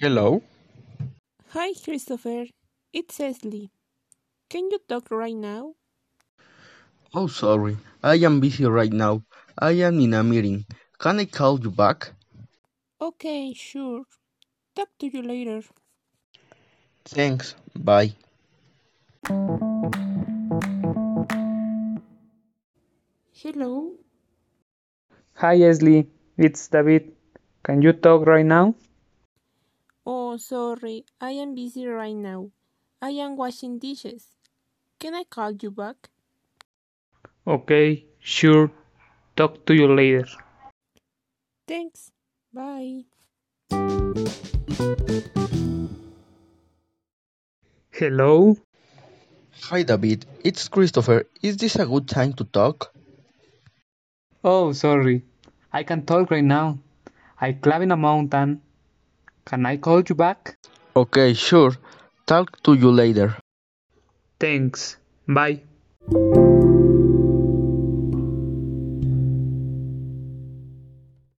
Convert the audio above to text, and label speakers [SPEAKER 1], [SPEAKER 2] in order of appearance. [SPEAKER 1] Hello.
[SPEAKER 2] Hi, Christopher. It's Leslie. Can you talk right now?
[SPEAKER 1] Oh, sorry. I am busy right now. I am in a meeting. Can I call you back?
[SPEAKER 2] Okay, sure. Talk to you later.
[SPEAKER 1] Thanks. Bye.
[SPEAKER 2] Hello.
[SPEAKER 3] Hi, Esli. It's David. Can you talk right now?
[SPEAKER 2] Oh, sorry. I am busy right now. I am washing dishes. Can I call you back?
[SPEAKER 3] Okay, sure. Talk to you later.
[SPEAKER 2] Thanks. Bye.
[SPEAKER 3] Hello?
[SPEAKER 1] Hi, David. It's Christopher. Is this a good time to talk?
[SPEAKER 3] Oh, sorry. I can talk right now. I climb in a mountain. Can I call you back?
[SPEAKER 1] Okay, sure. Talk to you later.
[SPEAKER 3] Thanks. Bye.